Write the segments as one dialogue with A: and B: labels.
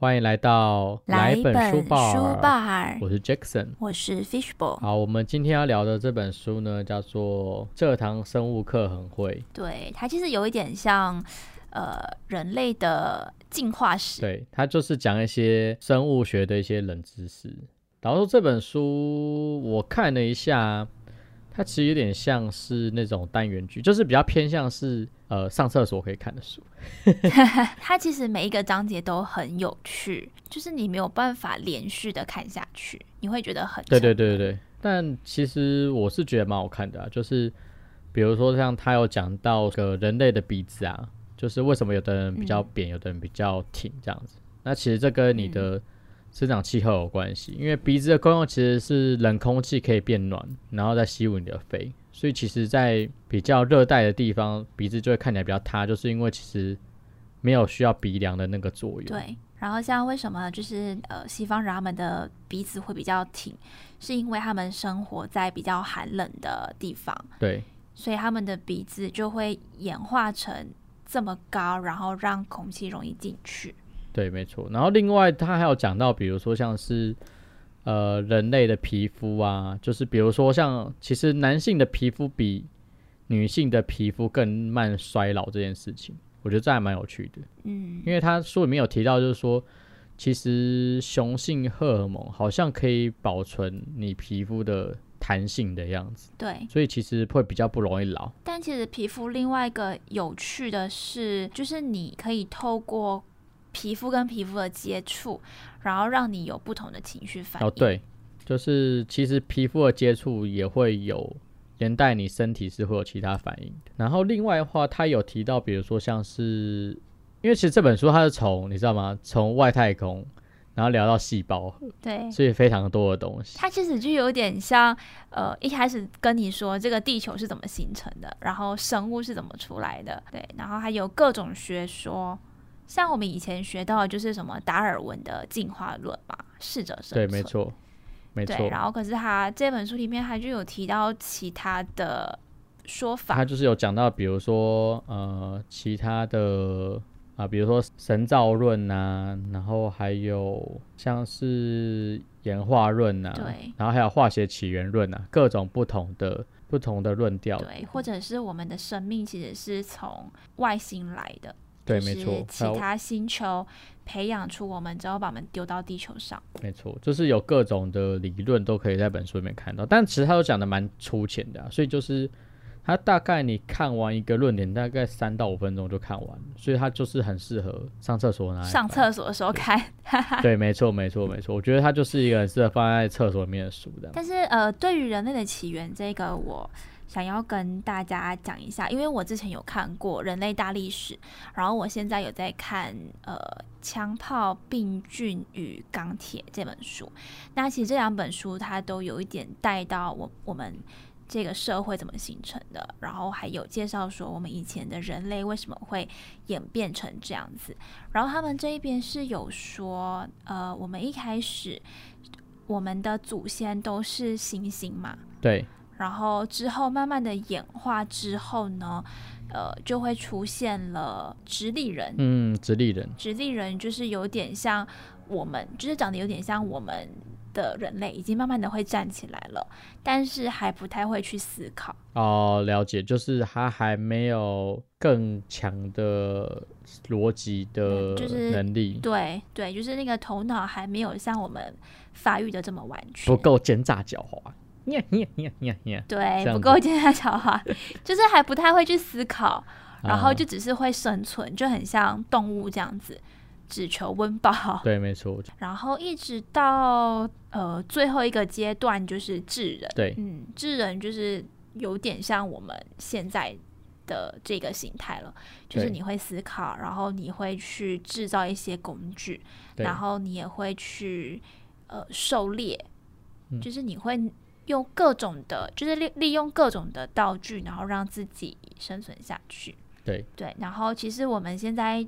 A: 欢迎来到
B: 来
A: 本
B: 书
A: 吧
B: 儿，
A: 我是 Jackson。
B: 我是 Fishball。
A: 好，我们今天要聊的这本书呢，叫做《这堂生物课很会
B: 对，它其实有一点像呃人类的进化》，史。
A: 对，它就是讲一些生物学的一些冷知识。然后这本书我看了一下，它其实有点像是那种单元剧，就是比较偏向是呃上厕所可以看的书。
B: 它其实每一个章节都很有趣，就是你没有办法连续的看下去，你会觉得很
A: 对对
B: 长
A: 对对对，但其实我是觉得蛮好看的、啊，就是比如说像他有讲到个人类的鼻子啊，就是为什么有的人比较扁，有的人比较挺这样子。那其实这跟你的生长气候有关系，因为鼻子的功用其实是冷空气可以变暖，然后再吸入你的肺。所以其实，在比较热带的地方，鼻子就会看起来比较塌，就是因为其实没有需要鼻梁的那个作用。
B: 对。然后像为什么就是呃西方人他们的鼻子会比较挺，是因为他们生活在比较寒冷的地方，
A: 对
B: 所以他们的鼻子就会演化成这么高，然后让空气容易进去。
A: 对，没错。然后另外他还有讲到，比如说像是呃人类的皮肤啊，就是比如说像其实男性的皮肤比女性的皮肤更慢衰老这件事情，我觉得这还蛮有趣的，
B: 嗯，
A: 因为他书里面有提到，就是说其实雄性荷尔蒙好像可以保存你皮肤的弹性的样子，
B: 对。
A: 所以其实会比较不容易老。
B: 但其实皮肤另外一个有趣的是，就是你可以透过皮肤跟皮肤的接触，然后让你有不同的情绪反应。
A: 哦，，对，就是其实皮肤的接触也会有连带你身体是会有其他反应的。然后另外的话，他有提到，比如说像是，因为其实这本书它是从你知道吗？从外太空，然后聊到细胞，
B: 对，
A: 所以非常多的东西。
B: 它其实就有点像，呃，一开始跟你说这个地球是怎么形成的，然后生物是怎么出来的，对，然后还有各种学说，像我们以前学到的就是什么达尔文的进化论嘛，适者生
A: 对，
B: 存。
A: 没错，没错
B: 对，，然后可是他这本书里面，他就有提到其他的说法，
A: 他就是有讲到，比如说呃，其他的。啊，比如说神造论啊，然后还有像是演化论啊，
B: 对
A: 然后还有化学起源论啊，各种不同的不同的论调。
B: 对，或者是我们的生命其实是从外星来的，
A: 对，
B: 就
A: 没
B: 是
A: 错，
B: 其
A: 还有
B: 他星球培养出我们之后，把我们丢到地球上。
A: 没错，就是有各种的理论都可以在本书里面看到，但其实他都讲的蛮粗浅的、啊，所以就是他大概你看完一个论点，大概三到五分钟就看完了，所以他就是很适合上厕所拿来
B: 上
A: 翻
B: 厕所的时候看，
A: 哎 对，没错，没错，没错，我觉得它就是一个很适合放在厕所里面的书的。
B: 但是呃，对于人类的起源这个，我想要跟大家讲一下，因为我之前有看过《人类大历史》，然后我现在有在看呃《枪炮、病菌与钢铁》这本书。那其实这两本书它都有一点带到我我们。这个社会怎么形成的？然后还有介绍说我们以前的人类为什么会演变成这样子。然后他们这一边是有说，呃，我们一开始我们的祖先都是猩猩嘛，
A: 对，
B: 然后之后慢慢的演化之后呢，呃，就会出现了直立人。
A: 嗯，直立人，
B: 直立人就是有点像我们，就是长得有点像我们的人类，已经慢慢的会站起来了，但是还不太会去思考。
A: 哦，了解，就是他还没有更强的逻辑的
B: 嗯就是
A: 能力，
B: 对对，就是那个头脑还没有像我们发育的这么完全，
A: 不够奸诈狡猾。呀呀呀呀呀！
B: 对
A: 这，样
B: 不
A: 子
B: 够见他狡猾， 就是还不太会去思考， 然后
A: 啊
B: 就只是会生存，就很像动物这样子，只求温饱。
A: 啊 对，没错，
B: 然后一直到呃最后一个阶段就是智人，
A: 对
B: 嗯，智人就是有点像我们现在的这个形态了，就是
A: 对
B: 你会思考，然后你会去制造一些工具，
A: 对
B: 然后你也会去呃狩猎，
A: 嗯
B: 就是你会用各种的，就是利利用各种的道具，然后让自己生存下去。
A: 对
B: 对，然后其实我们现在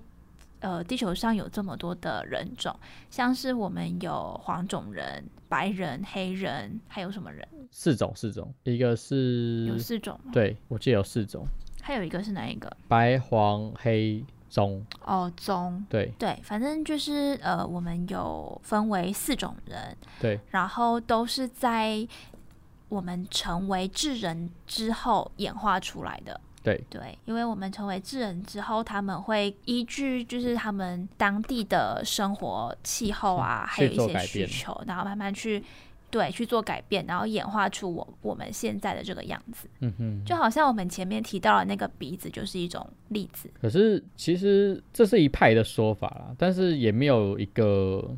B: 呃地球上有这么多的人种，像是我们有黄种人、白人、黑人，还有什么人？
A: 四种四种，一个
B: 有
A: 是，
B: 四种吗？
A: 对我记得有四种，
B: 还有一个是哪一个？
A: 白、黄、黑、宗，
B: 哦，宗
A: 对
B: 对，反正就是呃，我们有分为四种人，
A: 对，
B: 然后都是在我们成为智人之后演化出来的。
A: 对
B: 对，因为我们成为智人之后，他们会依据就是他们当地的生活气候啊，还
A: 去
B: 有一
A: 做
B: 些
A: 改
B: 需
A: 变
B: 求，然后慢慢去对去做改变，然后演化出我我们现在的这个样子。
A: 嗯哼。
B: 就好像我们前面提到的那个鼻子就是一种例子。
A: 可是其实这是一派的说法啦，但是也没有一个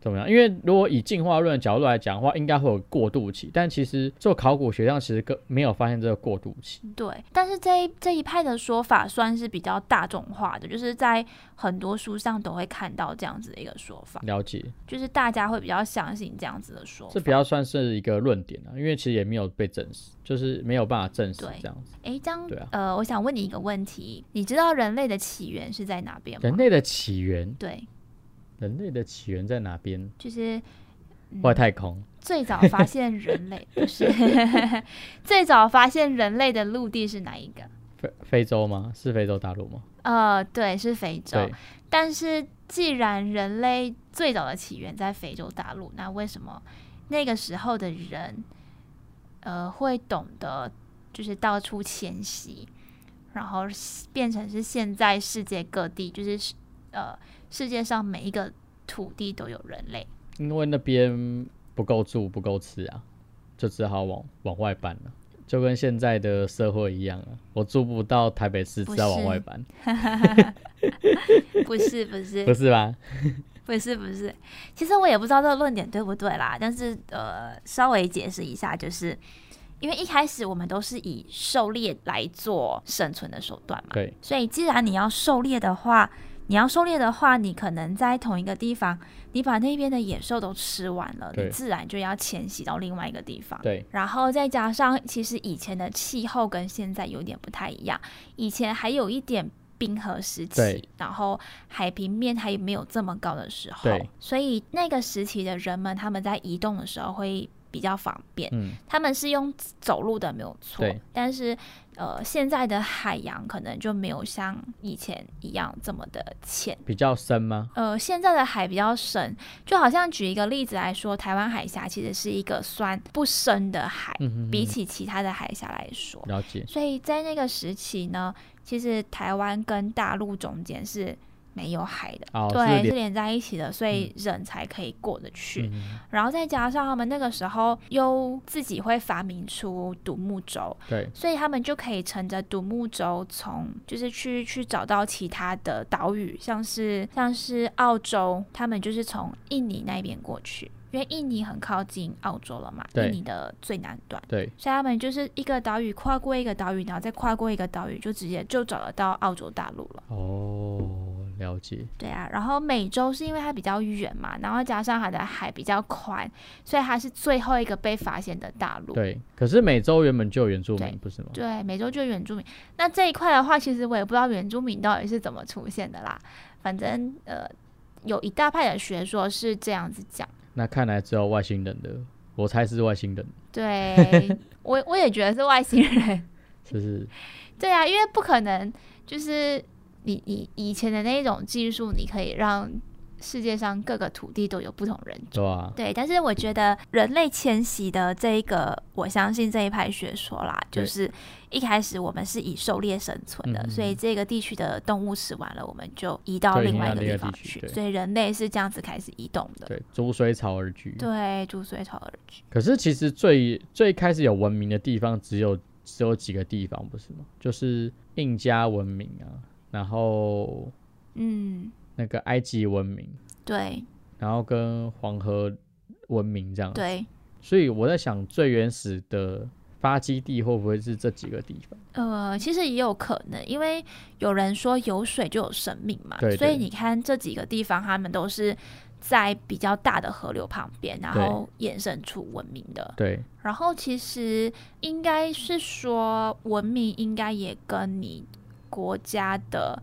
A: 怎么样，因为如果以进化论的角度来讲的话，应该会有过渡期，但其实做考古学上其实更没有发现这个过渡期。
B: 对，但是这一这一派的说法算是比较大众化的，就是在很多书上都会看到这样子的一个说法，
A: 了解，
B: 就是大家会比较相信这样子的说
A: 这
B: 法。
A: 比较算嗯是一个论点啊，因为其实也没有被证实，就是没有办法证实
B: 对
A: 这样子。
B: 诶，这样
A: 对啊
B: 呃，我想问你一个问题，你知道人类的起源是在哪边吗？
A: 人类的起源，
B: 对，
A: 人类的起源在哪边？
B: 就是、嗯
A: 外太空。
B: 最早发现人类不是 最早发现人类的陆地是哪一个？
A: 非非洲吗？是非洲大陆吗？
B: 呃，对，是非洲
A: 对。，
B: 但是既然人类最早的起源在非洲大陆，那为什么那个时候的人，呃，会懂得就是到处迁徙，然后是变成是现在世界各地，就是世呃世界上每一个土地都有人类。
A: 因为那边不够住，不够吃啊，就只好往往外搬了。就跟现在的社会一样啊，我住不到台北市，
B: 不
A: 只好往
B: 是
A: 外搬，
B: 不是不是
A: 不是吧？
B: 不是不是，其实我也不知道这个论点对不对啦，但是呃，稍微解释一下，就是因为一开始我们都是以狩猎来做生存的手段嘛，
A: 对，
B: 所以既然你要狩猎的话，你要狩猎的话，你可能在同一个地方，你把那边的野兽都吃完了，你
A: 对
B: 自然就要迁徙到另外一个地方。
A: 对，
B: 然后再加上，其实以前的气候跟现在有点不太一样，以前还有一点冰河时期
A: 对，
B: 然后海平面还没有这么高的时候
A: 对，
B: 所以那个时期的人们他们在移动的时候会比较方便，
A: 嗯，
B: 他们是用走路的没有错
A: 对，
B: 但是呃，现在的海洋可能就没有像以前一样这么的浅。
A: 比较深吗？
B: 呃，现在的海比较深，就好像举一个例子来说，台湾海峡其实是一个算不深的海，
A: 嗯哼哼
B: 比起其他的海峡来说，
A: 了解，
B: 所以在那个时期呢，其实台湾跟大陆中间是没有海的，
A: 哦
B: 对，
A: 是
B: 是
A: 连
B: 连在一起的，所以人才可以过得去。
A: 嗯哼
B: 然后再加上他们那个时候又自己会发明出独木舟，
A: 对，
B: 所以他们就可以乘着独木舟从就是去去找到其他的岛屿，像是像是澳洲，他们就是从印尼那边过去，因为印尼很靠近澳洲了嘛，
A: 对
B: 印尼的最南端。
A: 对，
B: 所以他们就是一个岛屿跨过一个岛屿，然后再跨过一个岛屿，就直接就找得到澳洲大陆了。
A: 哦，了解，
B: 对啊，然后美洲是因为它比较远嘛，然后加上它的海比较宽，所以它是最后一个被发现的大陆。
A: 对。可是美洲原本就有原住
B: 对
A: 民，不是吗？
B: 对，美洲就原住民。那这一块的话，其实我也不知道原住民到底是怎么出现的啦。反正呃，有一大派的学说是这样子讲。
A: 那看来只有外星人的，我猜是外星人，
B: 对我我也觉得是外星人。
A: 就是
B: 对啊，因为不可能，就是你你以前的那种技术，你可以让世界上各个土地都有不同人种。
A: 对啊吧？
B: 对，但是我觉得人类迁徙的这一个，我相信这一派学说啦，就
A: 对
B: 是一开始我们是以狩猎生存的，
A: 嗯嗯
B: 所以这个地区的动物吃完了，我们就移到
A: 对
B: 另
A: 移
B: 外一
A: 到
B: 个
A: 另
B: 地
A: 外
B: 方
A: 地区
B: 去，
A: 对
B: 所以人类是这样子开始移动的。
A: 对，逐水草而居。
B: 对，逐水草而居。
A: 可是其实最最开始有文明的地方，只有只有几个地方，不是吗？就是印加文明啊，然后
B: 嗯，
A: 那个埃及文明，
B: 对
A: 然后跟黄河文明这样。。
B: 对，
A: 所以我在想，最原始的发基地会不会是这几个地方？
B: 呃，其实也有可能，因为有人说有水就有生命嘛，
A: 对
B: 所
A: 对
B: 以你看这几个地方，他们都是在比较大的河流旁边，然
A: 对
B: 后衍生出文明的。
A: 对，
B: 然后其实应该是说，文明应该也跟你国家的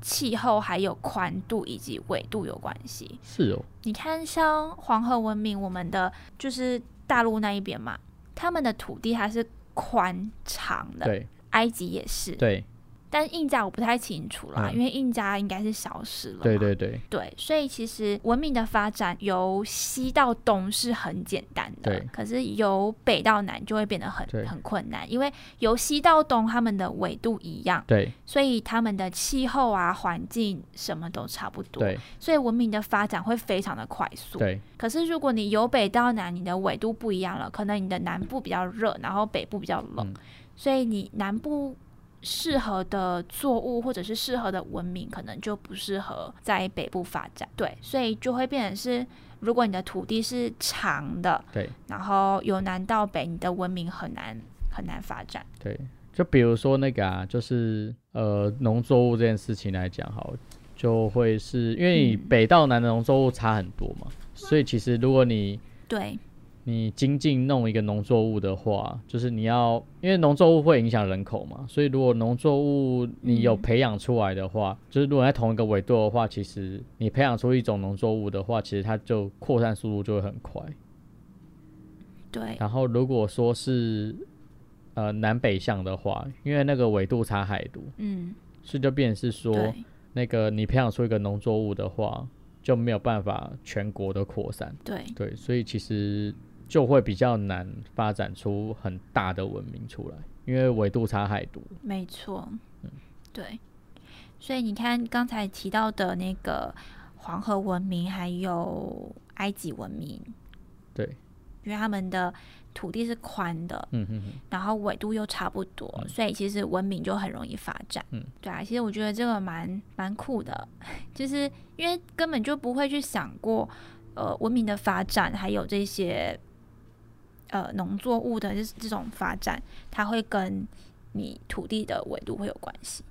B: 气候、还有宽度以及纬度有关系。
A: 是哦，
B: 你看，像黄河文明，我们的就是大陆那一边嘛，他们的土地还是宽长的，
A: 对
B: 埃及也是，
A: 对
B: 但印加我不太清楚啦，
A: 嗯
B: 因为印加应该是消失了嘛。
A: 对对对
B: 对，所以其实文明的发展由西到东是很简单的
A: 对，
B: 可是由北到南就会变得很
A: 对
B: 很困难，因为由西到东他们的纬度一样，
A: 对
B: 所以他们的气候啊、环境什么都差不多，
A: 对
B: 所以文明的发展会非常的快速。
A: 对
B: 可是如果你由北到南，你的纬度不一样了，可能你的南部比较热，然后北部比较冷，
A: 嗯
B: 所以你南部适合的作物或者是适合的文明，可能就不适合在北部发展。对，所以就会变成是，如果你的土地是长的，
A: 对
B: 然后由南到北，你的文明很难很难发展。
A: 对，就比如说那个啊，就是呃农作物这件事情来讲，好了，就会是因为
B: 嗯
A: 北到南的农作物差很多嘛，所以其实如果你
B: 对，
A: 你精进弄一个农作物的话，就是你要，因为农作物会影响人口嘛，所以如果农作物你有
B: 嗯
A: 培养出来的话，就是如果在同一个纬度的话，其实你培养出一种农作物的话，其实它就扩散速度就会很快。
B: 对，
A: 然后如果说是呃南北向的话，因为那个纬度差海度，
B: 嗯，
A: 所以就变成是说
B: 对，
A: 那个你培养出一个农作物的话，就没有办法全国都扩散。
B: 对，
A: 对，所以其实就会比较难发展出很大的文明出来，因为纬度差太多。
B: 没错，对。所以你看刚才提到的那个黄河文明，还有埃及文明，
A: 对，
B: 因为他们的土地是宽的，
A: 嗯哼哼，
B: 然后纬度又差不多，所以其实文明就很容易发展。
A: 嗯，
B: 对啊，其实我觉得这个蛮蛮酷的， 就是因为根本就不会去想过，呃，文明的发展还有这些呃农作物的这这种发展，它会跟你土地的纬度会有关系。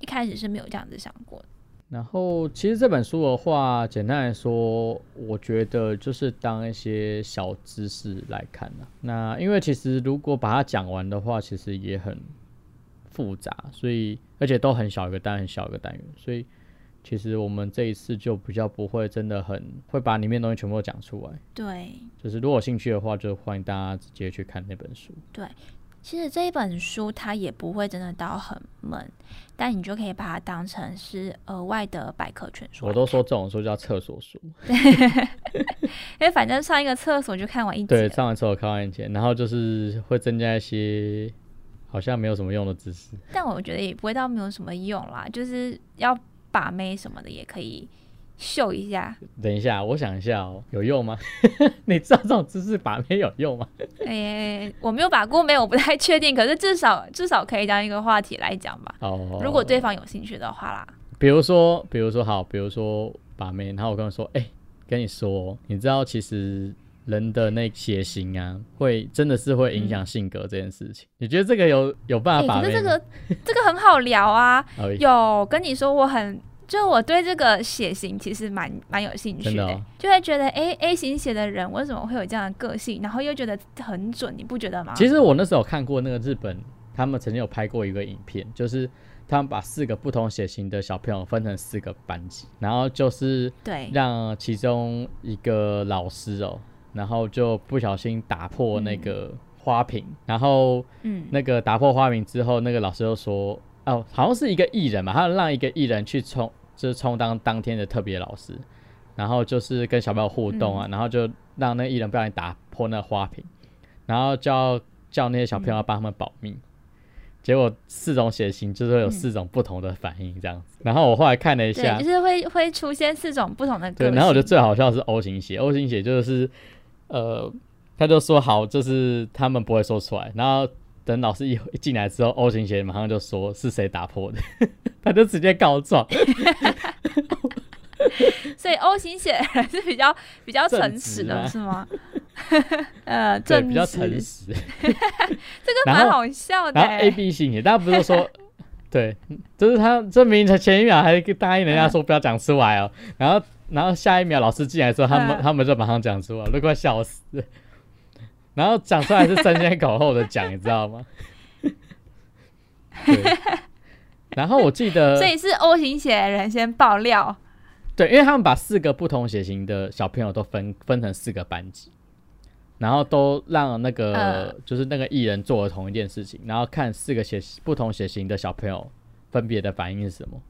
B: 一开始是没有这样子想过的。
A: 然后其实这本书的话，简单来说，我觉得就是当一些小知识来看啦、那因为其实如果把它讲完的话，其实也很复杂，所以而且都很小一个单很小一个单元，所以其实我们这一次就比较不会真的很会把里面的东西全部都讲出来。
B: 对，
A: 就是如果有兴趣的话，就欢迎大家直接去看那本书。
B: 其实这一本书它也不会真的到很闷，但你就可以把它当成是额外的百科全书来看。
A: 我都说这种书叫厕所书，
B: 因哎为反正上一个厕所就看完一集
A: 对，
B: 了，
A: 上完厕所看完一前，然后就是会增加一些好像没有什么用的知识。
B: 但我觉得也不会到没有什么用啦，就是要把妹什么的也可以秀一下，
A: 等一下，我想一下哦，有用吗？ 你知道这种知识把妹有用吗？
B: 诶、哎我没有把过妹，我不太确定，可是至少 至少可以当一个话题来讲吧。
A: 哦，
B: 如果对，方有兴趣的话啦，
A: 比如说，比如说好，比如说把妹，然后我跟他说，哎、跟你说哦，你知道其实。人的那血型啊，会真的是会影响性格这件事情。你觉得这个有有办
B: 诶、
A: 法把
B: 哎可是
A: 妹
B: 这
A: 吗？
B: 个这个很好聊啊。
A: 哦
B: 有跟你说我很，就我对这个血型其实蛮蛮有兴趣
A: 真
B: 的、
A: 的哦
B: 就会觉得 A A 型血的人为什么会有这样的个性，然后又觉得很准，你不觉得吗？
A: 其实我那时候有看过那个日本，他们曾经有拍过一个影片，就是他们把四个不同血型的小朋友分成四个班级，然后就是
B: 对，
A: 让其中一个老师哦，然后就不小心打破那个花瓶，然后
B: 嗯，
A: 那个打破花瓶之后，那个老师就说，哦，好像是一个艺人嘛，他让一个艺人去充，就是充当当天的特别老师，然后就是跟小朋友互动
B: 嗯
A: 啊，然后就让那个艺人不小心打破那个花瓶，然后叫叫那些小朋友帮他们保密。结果四种血型就是会有
B: 嗯
A: 四种不同的反应这样子。然后我后来看了一下，
B: 对，就是会会出现四种不同的个
A: 对，
B: 性。
A: 然后我觉得最好笑的是 O 型血，O 型血就是，呃，他就说好，就是他们不会说出来，然后等老师一一进来之后，O 型血马上就说是谁打破的， 他就直接告状，
B: 所以 O 型血的人是比较比较诚实
A: 正直啊
B: 的，是吗？呃，
A: 对，
B: 正
A: 比较诚
B: 直，
A: 实。
B: 这个
A: 然
B: 蛮
A: 后
B: 好笑的
A: 然后
B: 欸。
A: A B 型血，大家不是说。对，就是他，这明明才前一秒还答应人
B: 嗯
A: 家说不要讲出来哦，然后然后下一秒老师进来之后，他们、
B: 嗯
A: 他们就马上讲出来，我都快笑死了。然后讲出来是争先恐后的讲，你知道吗？ 对。然后我记得
B: 所，以是 O 型血的人先爆料，
A: 对，因为他们把四个不同血型的小朋友都分分成四个班级，然后都让那
B: 嗯
A: 个、就是那个艺人做了同一件事情，然后看四个血不同血型的小朋友分别的反应是什么。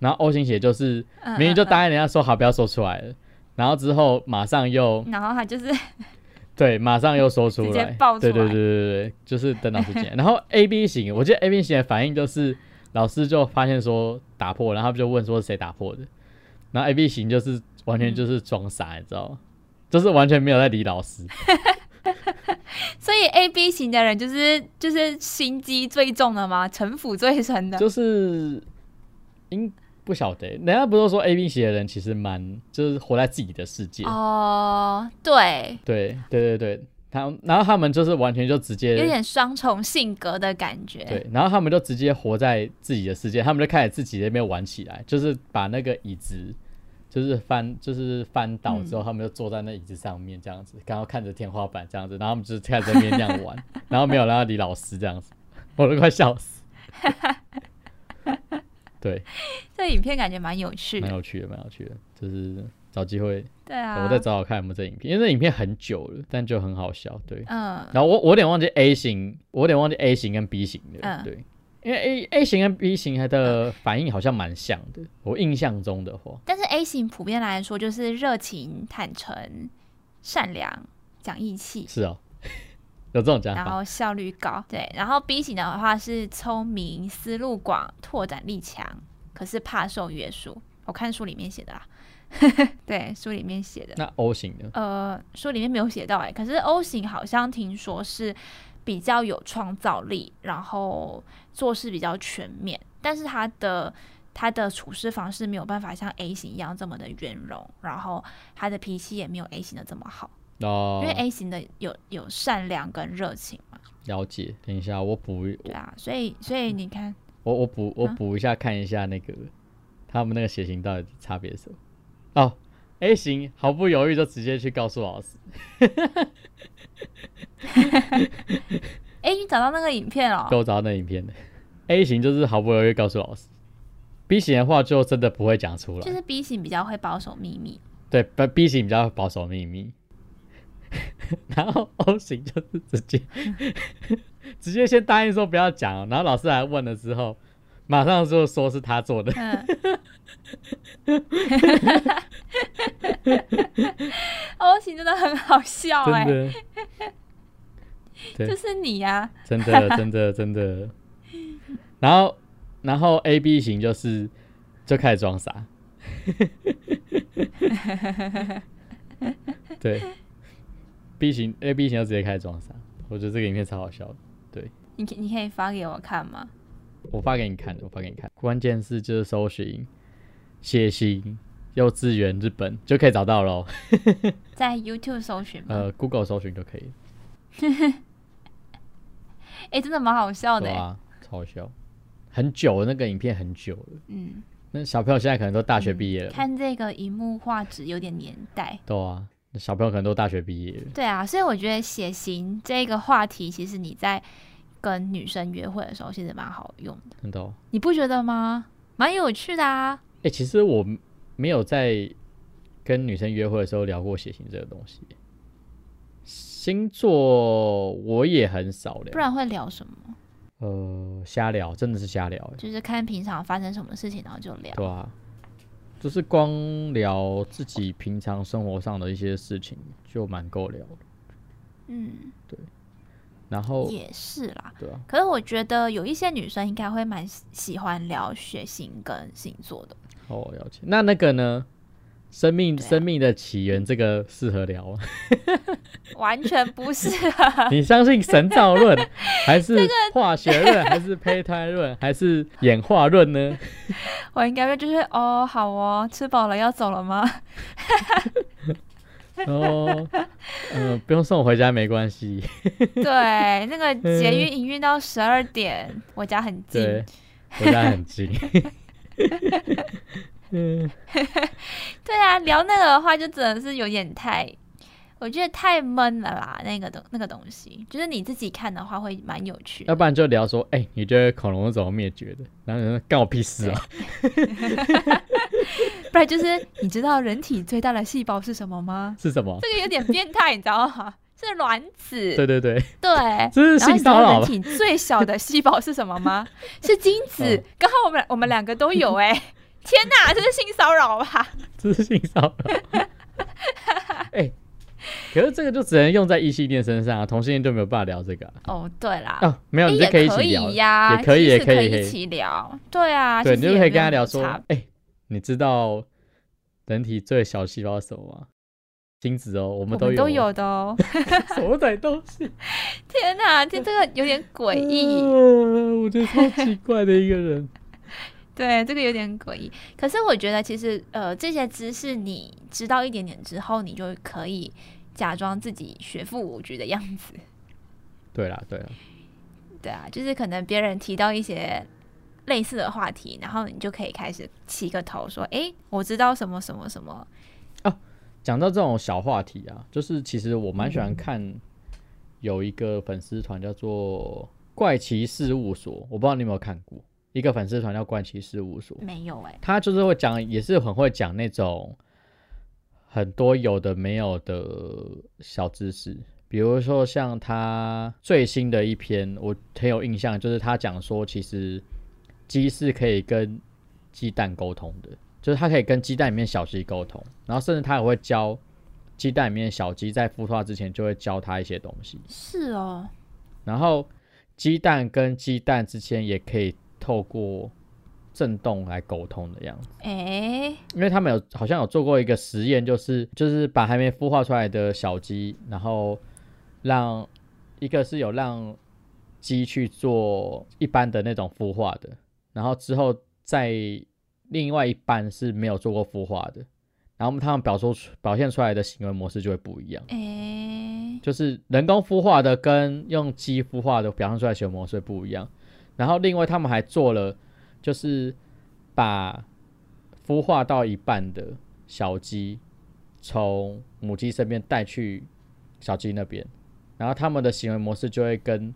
A: 然后 O 型血就是
B: 嗯
A: 明明就
B: 嗯嗯
A: 答应人家说好不要说出来了，然后之后马上又
B: 嗯然后他就是
A: 对，马上又说出
B: 直接
A: 来，
B: 爆
A: 对
B: 出
A: 对
B: 来
A: 对对对，就是等老师 进来。然后 A B 型，我记得 A B 型的反应就是老师就发现说打破，然后他们就问说是谁打破的，然后 A B 型就是完
B: 嗯
A: 全就是装傻，你知道吗？就是完全没有在理老师，
B: 所以 A B 型的人就是就是心机最重的吗？城府最深的，
A: 就是应不晓得，人家不是说 A B 型的人其实蛮就是活在自己的世界，
B: 哦，对，
A: 对对对对，他然后他们就是完全就直接
B: 有点双重性格的感觉。
A: 对，然后他们就直接活在自己的世界，他们就开始自己在那边玩起来，就是把那个椅子就是翻，就是翻倒之后，他们就坐在那椅子上面这样子，然后看着天花板这样子，然后他们就开始在那边那样玩，然后没有让他理老师这样子，我都快笑死。对，
B: 这影片感觉蛮有趣
A: 蛮
B: 的。
A: 有趣的，蛮有趣的，就是找机会，
B: 对啊，
A: 我再找找看有没有这影片，因为这影片很久了，但就很好笑，对。
B: 嗯，
A: 然后我我有点忘记 A 型，我有点忘记 A 型跟 B 型的，
B: 嗯
A: 对，因为 A A 型跟 B 型它的反应好像蛮像的，我印象中的话，
B: 但是 A 型普遍来说就是热情、坦诚、善良、讲义气，
A: 是哦， 有这种讲
B: 然
A: 法，
B: 后效率高。对，然后 B 型的话是聪明、思路广、拓展力强，可是怕受约束。我看书里面写的啦， 对，书里面写的。
A: 那 O 型呢？
B: 呃，书里面没有写到哎、可是 O 型好像听说是比较有创造力，然后做事比较全面，但是他的他的处事方式没有办法像 A 型一样这么的圆融，然后他的脾气也没有 A 型的这么好，
A: 哦
B: 因，为 A 型的有有善良跟热情嘛，
A: 了解，等一下我补一
B: 对啊，所以所以你看，
A: 我我补我
B: 啊
A: 补一下看一下那个他们那个血型到底差别是什么哦。A 型毫不犹豫就直接去告诉老师，
B: 哎、你找到那个影片哦，
A: 都找到那影片的。A 型就是毫不犹豫告诉老师，B 型的话就真的不会讲出来
B: 就。是 B 型比较会保守秘密，
A: 对，B B 型比较保守秘密， 然后 O 型就是直接直接先答应说不要讲，哦然后老师来问了之后，马上就说是他做的，
B: 嗯 ，O 型哦真的很好笑哎、
A: 真的，对
B: 就是你呀、
A: 真的，真的，真的。然后，然后 A B 型就是就开始装傻，对，B 型 A B 型就直接开始装傻，我觉得这个影片超好笑的。
B: 你可你可以发给我看吗？
A: 我发给你看，我发给你看。关键字就是搜寻血型幼稚园日本就可以找到喽。
B: 在 YouTube 搜寻吗？
A: 呃，Google 搜寻就可以了。
B: 哎、真的蛮好笑的、
A: 对
B: 欸。
A: 啊，超好笑，很久了那个影片很久了。
B: 嗯，
A: 那小朋友现在可能都大学毕业了，
B: 看这个荧幕画质有点年代。
A: 对啊，那小朋友可能都大学毕业了。
B: 对啊，所以我觉得血型这个话题，其实你在跟女生约会的时候，其实蛮好用的，
A: 真的、哦。
B: 你不觉得吗？蛮有趣的啊。
A: 哎、其实我没有在跟女生约会的时候聊过血型这个东西。星座我也很少
B: 不
A: 聊，
B: 然会聊什么？
A: 呃，瞎聊，真的是瞎聊、欸。
B: 就是看平常发生什么事情，然后就聊。
A: 对啊，就是光聊自己平常生活上的一些事情就蛮够聊的。
B: 嗯，
A: 然后，
B: 也是啦。
A: 对啊，
B: 可是我觉得有一些女生应该会蛮喜喜欢聊血型跟星座的。
A: 好我了解。那那个呢？生命、
B: 对啊
A: 生命的起源这个适合聊 吗？
B: 完全 不是啊
A: 你相信神造 论，还是化学论，还是胚胎论，还是演化论 呢？
B: 我应该会就是哦，好哦，吃饱了要走了吗？
A: 哦，嗯，不用送我回家没关系。
B: 对，那个捷运营运到十二点，我家很近
A: 对。，我家很 近。
B: 对啊，聊那个的话就真的是有点太，我觉得太闷了啦。那个东那个东西，就是你自己看的话会蛮有趣
A: 要
B: 的。
A: 不然就聊说，哎、你觉得恐龙是怎么灭绝的？然后人说干我屁事啊！
B: 不然就是你知道人体最大的细胞是什么吗？
A: 是什么？
B: 这个有点变态，你知道吗？是卵子，
A: 对对对，
B: 对，
A: 这是
B: 然后
A: 性
B: 你知道
A: 骚扰
B: 人
A: 吧？
B: 体最小的细胞是什么 吗？是精子
A: 嗯。
B: 刚好我们我们两个都 有哎、天哪，这是性骚扰吧？
A: 这是性骚扰。 哎、可是这个就只能用在异性恋身上啊，同性恋就没有办法聊这个啊。
B: 哦，对啦，
A: 啊没有，
B: 哎
A: 你就
B: 也可
A: 一起聊，
B: 以呀，
A: 也可以
B: 其
A: 也
B: 实
A: 可以
B: 可
A: 可以
B: 一起聊。对啊，
A: 对，
B: 其
A: 你
B: 实
A: 就
B: 也
A: 可以
B: 没
A: 跟他
B: 有
A: 聊
B: 什么
A: 说，
B: 差
A: 哎、你知道人体最小细胞是什么吗？精子哦，我
B: 我
A: 们都
B: 们
A: 有，啊
B: 都有的哦。
A: 什么鬼东西？
B: 天哪，这这个有点 诡异。
A: 呃 我觉得超奇怪的一个人。
B: 对，这个有点诡异。可是我觉得，其实呃，这些知识你知道一点点之后，你就可以假装自己学富五车的样子。
A: 对啦，对啦，
B: 对啊，就是可能别人提到一些类似的话题，然后你就可以开始起个头说：“诶，我知道什么什么什么。
A: 讲到这种小话题啊，就是其实我蛮喜欢看有一个粉丝团叫做“怪奇事务所”，我不知道你有没有看过，一个粉丝团叫“怪奇事务所”，”
B: 没有诶，
A: 他就是会讲，也是很会讲那种很多有的没有的小知识，比如说像他最新的一篇，我很有印象，就是他讲说，其实鸡是可以跟鸡蛋沟通的，就是它可以跟鸡蛋里面小鸡沟通，然后甚至他也会教鸡蛋里面小鸡在孵化之前就会教它一些东西，
B: 是哦，
A: 然后鸡蛋跟鸡蛋之间也可以透过震动来沟通的样子。
B: 诶，
A: 因为他们有好像有做过一个实验，就是就是把还没孵化出来的小鸡，然后让一个是有让鸡去做一般的那种孵化的，然后之后在另外一半是没有做过孵化的，然后他们表述出表现出来的行为模式就会不一样，
B: 诶，
A: 就是人工孵化的跟用鸡孵化的表现出来的行为模式不一样。然后另外他们还做了，就是把孵化到一半的小鸡从母鸡身边带去小鸡那边，然后他们的行为模式就会跟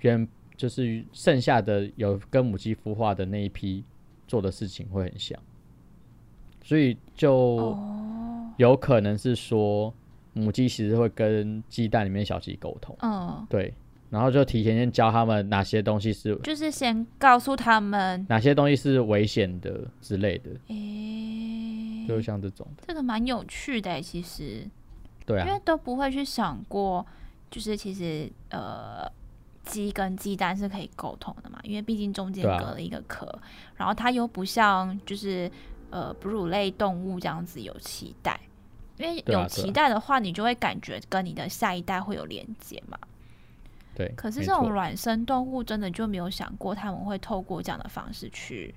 A: 原就是剩下的有跟母鸡孵化的那一批做的事情会很像，所以就
B: 哦
A: 有可能是说母鸡其实会跟鸡蛋里面小鸡沟通，
B: 嗯，
A: 对，然后就提前先教他们哪些东西是
B: 就是先告诉他们，
A: 哪些东西是危险的之类的，
B: 诶，
A: 就是像这种的，
B: 这个蛮有趣的诶，其实，
A: 对
B: 因
A: 啊
B: 为，都不会去想过，就是其实呃，鸡跟鸡蛋是可以沟通的嘛，因为毕竟中间
A: 对啊
B: 隔了一个壳，然后它又不像就是呃哺乳类动物这样子有脐带，因为
A: 对啊
B: 有
A: 对啊
B: 脐带的话，你就会感觉跟你的下一代会有连接嘛。
A: 对。
B: 可是
A: 没
B: 这种
A: 错
B: 卵生动物真的就没有想过他们会透过这样的方式去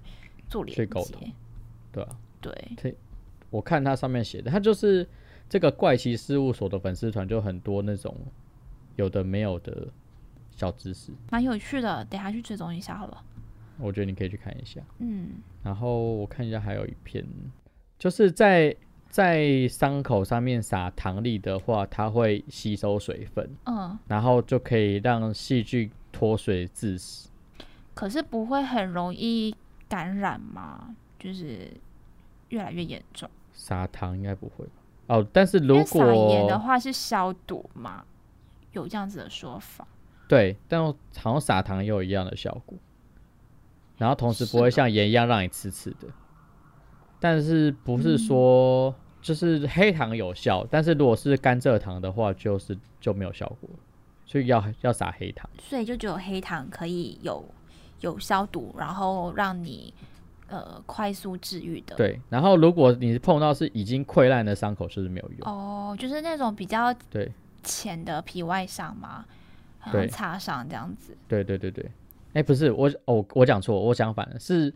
B: 做连
A: 去沟
B: 接
A: 通，对啊，
B: 对，
A: 我看它上面写的，它就是这个怪奇事务所的粉丝团，就很多那种有的没有的小知识，
B: 蛮有趣的，等一下去追踪一下好了。
A: 我觉得你可以去看一下。
B: 嗯，
A: 然后我看一下还有一篇，就是在在伤口上面撒糖粒的话，它会吸收水分，
B: 嗯，
A: 然后就可以让细菌脱水致死。
B: 可是不会很容易感染吗？就是越来越严重。
A: 撒糖应该不会吧？哦，但是
B: 因
A: 如
B: 为撒盐的
A: 果
B: 话是消毒嘛，有这样子的说法。
A: 对，但我好像撒糖也有一样的效果，然后同时
B: 是
A: 不会
B: 吗
A: 像盐一样让你刺刺的，但是不是说就是黑糖有效，但是如果是甘蔗糖的话，就是就没有效果，所以要要撒黑糖。
B: 所以就只有黑糖可以有有消毒，然后让你呃快速治愈的。
A: 对，然后如果你碰到是已经溃烂的伤口，就是没有用。
B: 哦，就是那种比较
A: 对
B: 浅的皮外伤嘛，好像
A: 对
B: 擦伤这样子。
A: 对对对对，哎、不是我哦，我讲错，我讲反了，是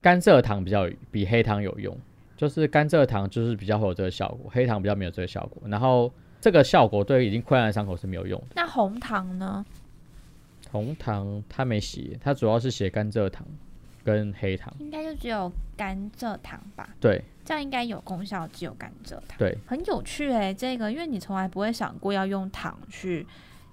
A: 甘蔗糖比较有比黑糖有用，就是甘蔗糖就是比较会有这个效果，黑糖比较没有这个效果。然后这个效果对于已经溃烂的伤口是没有用的。
B: 那红糖呢？
A: 红糖它没写，它主要是写甘蔗糖跟黑糖。
B: 应该就只有甘蔗糖吧，
A: 对
B: 这样应该有功效，只有甘蔗糖。
A: 对，
B: 很有趣哎、这个，因为你从来不会想过要用糖去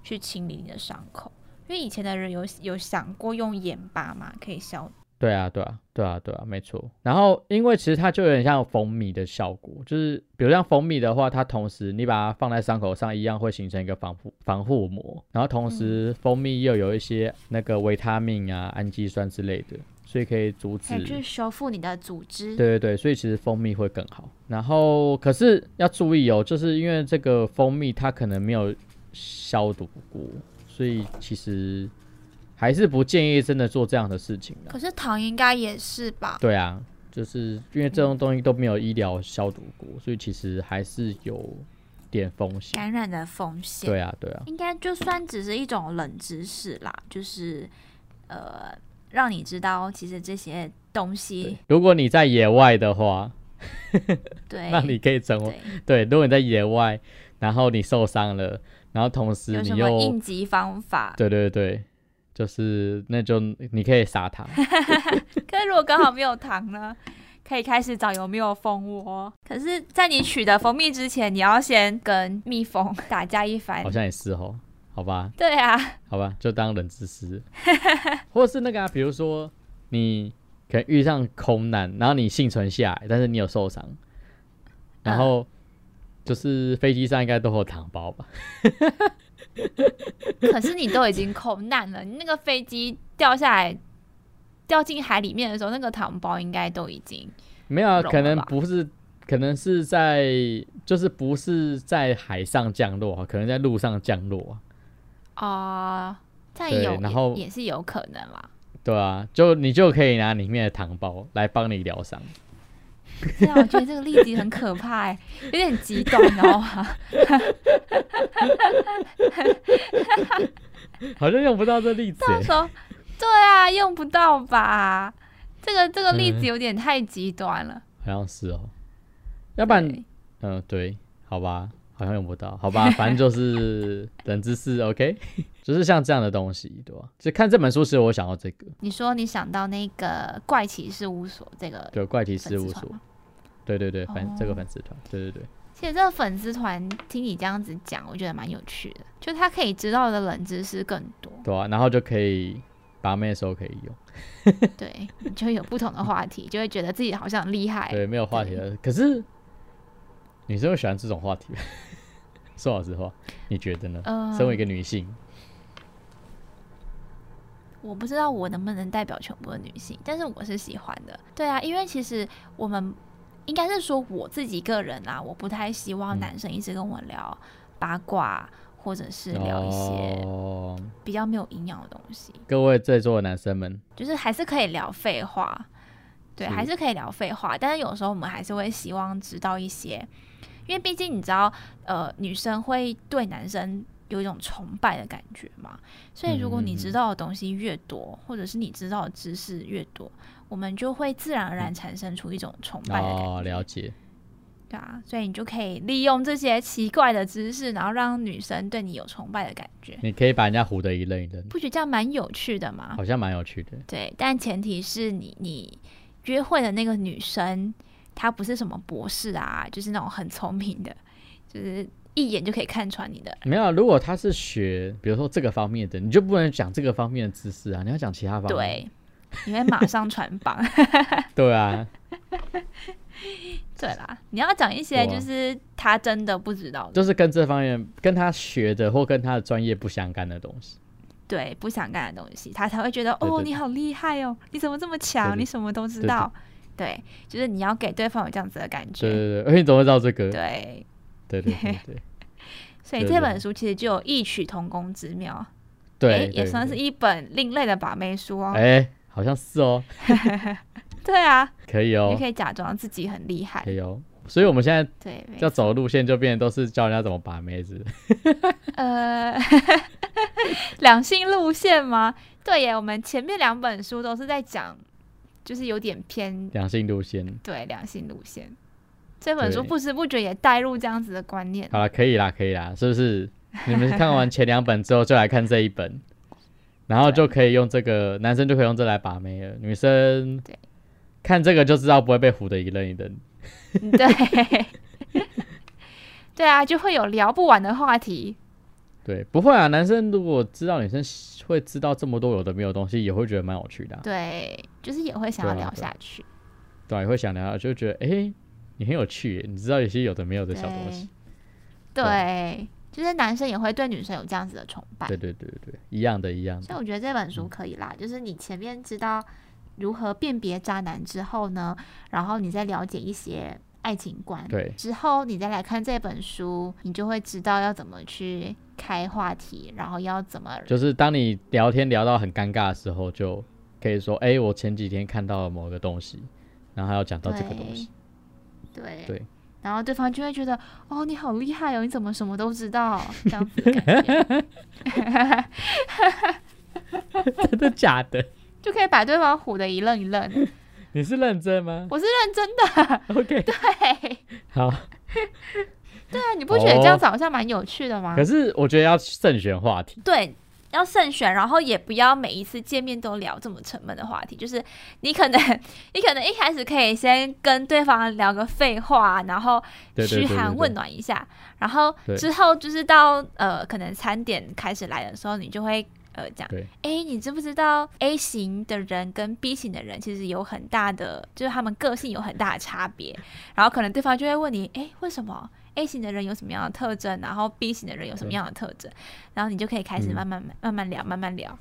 B: 去清理你的伤口，因为以前的人有有想过用盐巴嘛，可以消
A: 对啊，对啊，对啊，对啊，没错。然后，因为其实它就有点像蜂蜜的效果，就是比如像蜂蜜的话，它同时你把它放在伤口上，一样会形成一个防护防护膜，然后同时蜂蜜又有一些那个维他命啊、氨基酸之类的，所以可以阻止
B: 可以去修复你的组织。
A: 对对对，所以其实蜂蜜会更好。然后可是要注意哦，就是因为这个蜂蜜它可能没有消毒过，所以其实还是不建议真的做这样的事情啊。
C: 可是糖应该也是吧？
A: 对啊，就是因为这种东西都没有医疗消毒过，所以其实还是有点风险。
B: 感染的风险。
A: 对啊，对啊，
B: 应该就算只是一种冷知识啦，就是呃，让你知道其实这些东西
A: 如果你在野外的话，
B: 对
A: 那你可以成为
B: 对
A: 对。如果你在野外，然后你受伤了，然后同时
B: 有
A: 你
B: 什
A: 又
B: 么应急方法？
A: 对对对，就是那就你可以撒 糖，
B: 可是如果刚好没有糖呢？可以开始找有没有蜂窝。可是，在你取得蜂蜜之前，你要先跟蜜蜂打架一番
A: 好。像也是哦，好吧，
B: 对啊，
A: 好吧，就当冷知识， 或是那个啊，比如说你可能遇上空难，然后你幸存下来，但是你有受伤，然
C: 嗯
A: 后就是飞机上应该都会有糖包吧？
C: 可是你都已经空难了，你那个飞机掉下来掉进海里面的时候，那个糖包应该都已经
A: 没有啊，
C: 不懂
A: 可
C: 了
A: 能
C: 吧
A: 不是，可能是在就是不是在海上降落啊，可能在路上降落啊。
C: 啊、再
A: 对
C: 有
A: 然后
C: 也也是有可能啦。
A: 对啊，就你就可以拿里面的糖包来帮你疗伤。
C: 对啊，我觉得这个例子很可怕、欸，有点极端，你知道吗？
A: 好像用不到这例子欸、
C: 到时候，对啊，用不到吧？这个
A: 嗯
C: 这个例子有点太极端了。
A: 好像是哦。要不然，
C: 对
A: 嗯、对，好吧，好像用不到，好吧，反正就是 冷知识，OK，就是 像这样的东西，对吧？就看这本书时，我想到这个，
C: 你说你想到那个怪奇事务所这个
A: 对，怪奇
C: 粉
A: 事务
C: 丝团
A: 所
C: 吗，
A: 对对对，反、这个
C: 哦
A: 粉丝团，对对对，
C: 其实这个粉丝团听你这样子讲，我觉得蛮有趣的，就他可以知道的冷知识更 多，
A: 对啊，然后就可以把妹的时候可以用，
C: 对，你就会有不同的话题，就会觉得自己好像很厉害。
A: 对，没有话题了。可是女生会喜欢这种话题吗？ 说老实话，你觉得呢？
B: 呃
C: 嗯
A: 身为一个女性，
B: 我不知道我能不能代表全部的女性，但是我是喜欢的。对啊，因为其实我们应该是说我自己个人啊，我不太希
A: 嗯
B: 望男生一直跟我聊八卦，或者是聊一些
A: 哦，
B: 比较没有营养的东西，
A: 各位在座的男生们，
B: 就是还是可以聊废话，对，
A: 是
B: 还是可以聊废话，但是有时候我们还是会希望知道一些，因为毕竟你知道，呃，女生会对男生有一种崇拜的感觉嘛，所以如果
A: 嗯嗯
B: 你
A: 嗯
B: 知道的东西越多，或者是你知道的知识越多，我们就会自然而然产生出一种崇拜的感觉，
A: 嗯哦，了解。
B: 对啊，所以你就可以利用这些奇怪的知识，然后让女生对你有崇拜的感觉，
A: 你可以把人家唬得一愣一愣，
B: 不觉得这样蛮有趣的吗？
A: 好像蛮有趣的。
B: 对，但前提是你你约会的那个女生，她不是什么博士啊，就是那种很聪明的，就是一眼就可以看穿你的。
A: 没有啊，如果他是学，比如说这个方面的，你就不能讲这个方面的知识啊，你要讲其他方面。
B: 对，你会马上穿帮。
A: 对对啊，
B: 对啦，你要讲一些
A: 有啊
B: 就是她真的不知道的，
A: 就是跟这方面跟他学的或跟他的专业不相干的东西。
B: 对不想干的东西，她才会觉得
A: 对
B: 哦，
A: 对
B: 你好厉害哦，你怎么这么
A: 对
B: 强，
A: 对
B: 你什么都知
A: 对对
B: 道。对，就是你要给对方有这样子的感
A: 对
B: 觉。
A: 对对，而且哎你怎么会知道这个？
B: 对，哎
A: 对对 对对
B: 所以
A: 对
B: 这
A: 对
B: 本书其实就有异曲同工之妙，诶
A: 对，
B: 也算是
A: 对。
B: 一本另类的把妹书哦。
A: 哎，好像是哦，
B: 对啊，
A: 可以
B: 你
A: 哦
B: 就，可以假装自己很厉害
A: 可。以哦。所以我们现在
B: 对，没
A: 要走的路线就变得都是教人家怎么把妹子。
B: 呃， 两性路线吗？对耶，我们前面两本书都是在讲，就是有点偏
A: 良性路线。
B: 对两性路线。这本书
A: 对
B: 不知不觉也带入这样子的观念
A: 好，了，可以啦，可以啦，是不是？你们看完前两本之后，就来看这一本，然后就可以用这个，男生就可以用这来把妹了。女生
B: 对
A: 看这个就知道不会被唬得一愣一愣。
B: 嗯 对，对啊，就会有聊不完的话题。
A: 对，不会啊，男生如果知道女生喜会知道这么多有的没有的东西，也会觉得蛮有趣的、啊，
C: 对，就是也会想要
A: 对啊
C: 聊
A: 对
C: 下去。
A: 对啊、也会想聊，就觉得哎、诶你很有趣耶，你知道一些有的没有的小东西，
C: 对，
A: 对
C: 就是男生也会对女生有这样子的崇拜。
A: 对对对对对，一样的，一样
C: 所
A: 的，
C: 以我觉得这本书可以啦，就是你前面知道如何辨别渣男之后呢，然后你再了解一些爱情观，
A: 对
C: 之后你再来看这本书，你就会知道要怎么去开话题，然后要怎么
A: 就是当你聊天聊到很尴尬的时候，就可以说，哎、我前几天看到了某个东西，然后还要讲到这个东西，
C: 对
A: 对
C: 然后对方就会觉得，哦，你好厉害哦，你怎么什么都知 道？这样子的感觉
A: 真的假的？
C: 就可以把对方唬得一愣一愣。
A: 你是认真 吗
C: 我是认真的，
A: ？OK，
C: 对。
A: 好。
C: 对啊，你不觉得这样子好像蛮有趣的
B: 啊
C: 吗？
A: 哦可是我觉得要慎选话题，
B: 对，要慎选，然后也不要每一次见面都聊这么沉闷的话题。就是你可能， 你可能一开始可以先跟对方聊个废话，然后
A: 对对
B: 嘘
A: 对
B: 寒
A: 对
B: 问
A: 对
B: 暖一下，然后
A: 对
B: 之后就是到呃，可能餐点开始来的时候，你就会呃讲，
A: 对
B: 哎，你知不知道 A 型的人跟 B 型的人其实有很大的，就是他们个性有很大的差别，然后可能对方就会问你，哎，为什么？A 型的人有什么样的特征，然后 B 型的人有什么
A: 对
B: 样的特征，然后你就可以开始
A: 嗯
B: 慢慢、慢慢聊，慢慢聊。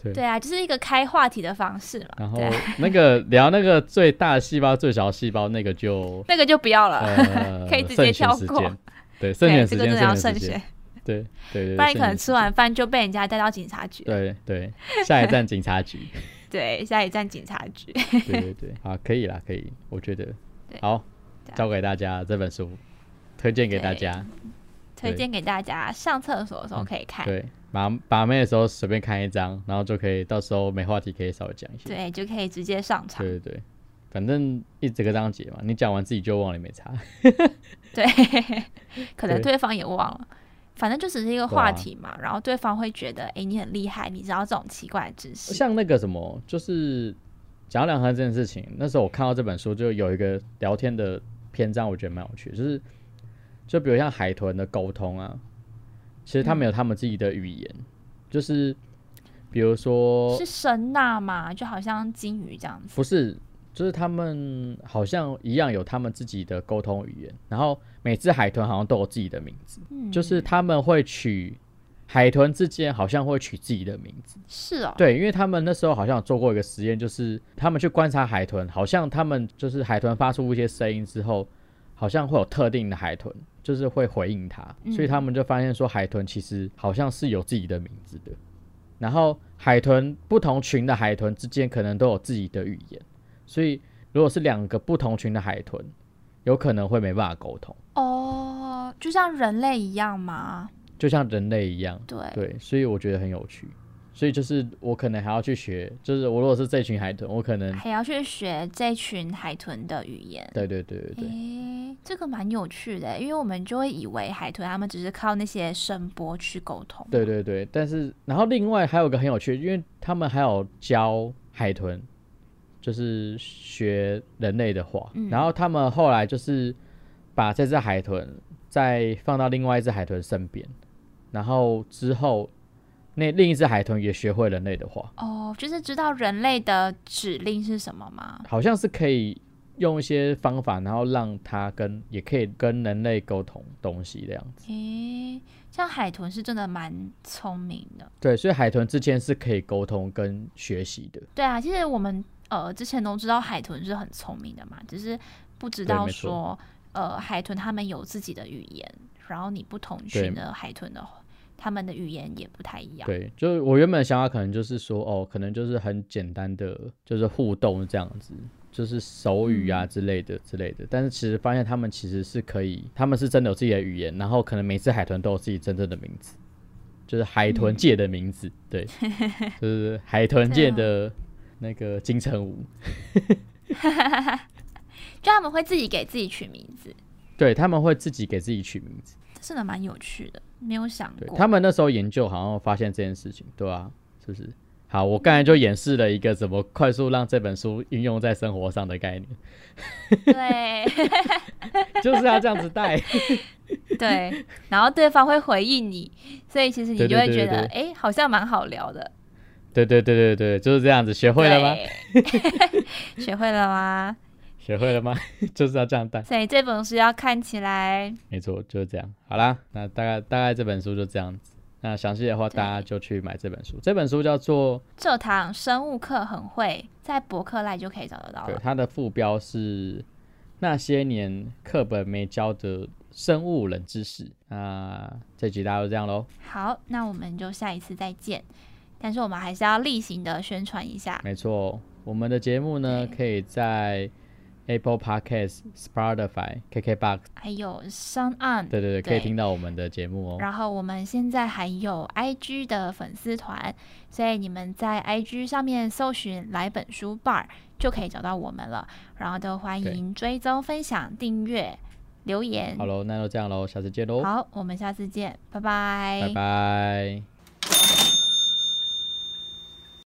A: 对
B: 对啊，就是一个开话题的方式嘛。
A: 然后
B: 对啊
A: 那个聊那个最大细胞、最小细胞那个 就
B: 那个就不要了，
A: 呃
B: 可以直
A: 慎
B: 接
A: 选
B: 跳
A: 时
B: 过
A: 间，对，慎
B: 对，
A: 选
B: 这
A: 时
B: 个
A: 间，
B: 真的要
A: 慎
B: 慎
A: 时
B: 选
A: 间，，对对对，
B: 不然你
A: 慎
B: 可能
A: 选
B: 吃
A: 时
B: 完饭就被人家带到警察局。
A: 间对对，下一站警察局，
B: 对，下一站警察局。
A: 对 对对，啊好，可以啦，可以，我觉得
B: 对
A: 好
B: 这，样
A: 交给大家这本书，推荐给大
B: 对
A: 家，
B: 推荐给大家，上厕所的时候可以
A: 嗯
B: 看，
A: 对，把把妹的时候随便看一张，然后就可以到时候没话题可以稍微讲一下，
B: 对，就可以直接上场。
A: 对对对，反正一整个章节嘛，你讲完自己就忘了，也没差。
B: 对， 可能
A: 对
B: 对方也忘了，反正就只是一个
A: 对啊
B: 话题嘛。然后对方会觉得，哎，你很厉害，你知道这种奇怪的知识。
A: 像那个什么，就是讲到梁寒这件事情，那时候我看到这本书，就有一个聊天的篇章，我觉得蛮有趣的，就是就比如像海豚的沟通啊，其实他们有他们自己的语言，就是比如说
B: 是声呐嘛，就好像金鱼这样子。
A: 不是，就是他们好像一样有他们自己的沟通语言，然后每只海豚好像都有自己的名字，
B: 嗯，
A: 就是他们会取海豚之间好像会取自己的名字。
B: 是哦，
A: 对，因为他们那时候好像有做过一个实验，就是他们去观察海豚，好像他们就是海豚发出一些声音之后，好像会有特定的海豚，就是会回应它，所以他们就发现说海豚其实好像是有自己的名字的。然后海豚不同群的海豚之间可能都有自己的语言，所以如果是两个不同群的海豚，有可能会没办法沟通，
B: 哦，就像人类一样嘛。
A: 就像人类一样。
B: 对，
A: 对，所以我觉得很有趣。所以就是我可能还要去学，就是我如果是这群海豚，我可能
B: 还要去学这群海豚的语言。
A: 对对对
B: 哎
A: 对对，
B: 诶，这个蛮有趣的，欸因为我们就会以为海豚他们只是靠那些声波去沟通。
A: 对对对。但是然后另外还有个很有趣，因为他们还有教海豚，就是学人类的话。然后他们后来就是把这只海豚再放到另外一只海豚身边，然后之后那另一只海豚也学会人类的话。
B: 哦，就是知道人类的指令是什么吗？
A: 好像是可以用一些方法，然后让它跟也可以跟人类沟通东西这样子。
B: 诶，像海豚是真的蛮聪明的。
A: 对，所以海豚之间是可以沟通跟学习的。
B: 对啊，其实我们呃之前都知道海豚是很聪明的嘛，只是不知
A: 对
B: 道
A: 没
B: 说
A: 错
B: 呃海豚它们有自己的语言，然后你不同
A: 对
B: 群的海豚的话，它们的语言也不太一样。
A: 对，就是我原本的想法可能就是说，哦，可能就是很简单的，就是互动这样子，就是手语啊之类的、之类的。但是其实发现他们其实是可以，他们是真的有自己的语言，然后可能每只海豚都有自己真正的名字，就是海豚界的名字， 对，就是海豚界的那个金城武。
B: 就他们会自己给自己取名字，
A: 对，他们会自己给自己取名字。
B: 这真的蛮有趣的，没有想
A: 对
B: 过。
A: 他们那时候研究好像发现这件事情，对啊，是不是？好，我刚才就演示了一个怎么快速让这本书应用在生活 上的概念，
B: 对
A: 就是要这样子带。
B: 对，然后对方会回应你，所以其实你
A: 对
B: 就
A: 对
B: 会
A: 对
B: 觉
A: 对
B: 得，
A: 对
B: 哎，好像蛮好聊的。
A: 对对对对对，就是这样子。学会了吗？
B: 对？ 学会了吗？
A: 学会了吗？ 就是要这样带。
B: 所以这本书要看起来，
A: 没错，就是这样。好啦，那大概大概这本书就这样子。那详细的话，
B: 对
A: 大家就去买这本书。这本书叫做，
B: 这堂生物课很会，在博客来就可以找得到
A: 对，
B: 了。
A: 它的副标是《那些年课本没教的生物冷知识》。那这集大家就这样喽。
B: 好，那我们就下一次再见。但是我们还是要例行的宣传一下，
A: 没错，我们的节目呢，可以在 Apple Podcast、Spotify、KKBox，
B: 还有 Sound On，
A: 对对对，可以
B: 对
A: 听到我们的节目哦。
B: 然后我们现在还有 IG 的粉丝团，所以你们在 IG 上面搜寻“来本书 bar” 就可以找到我们了。然后都欢
A: 对
B: 迎追踪、分享、订阅、留言。
A: 好喽，那就这样喽，下次见喽，
B: 好，我们下次见，拜拜
A: 拜拜。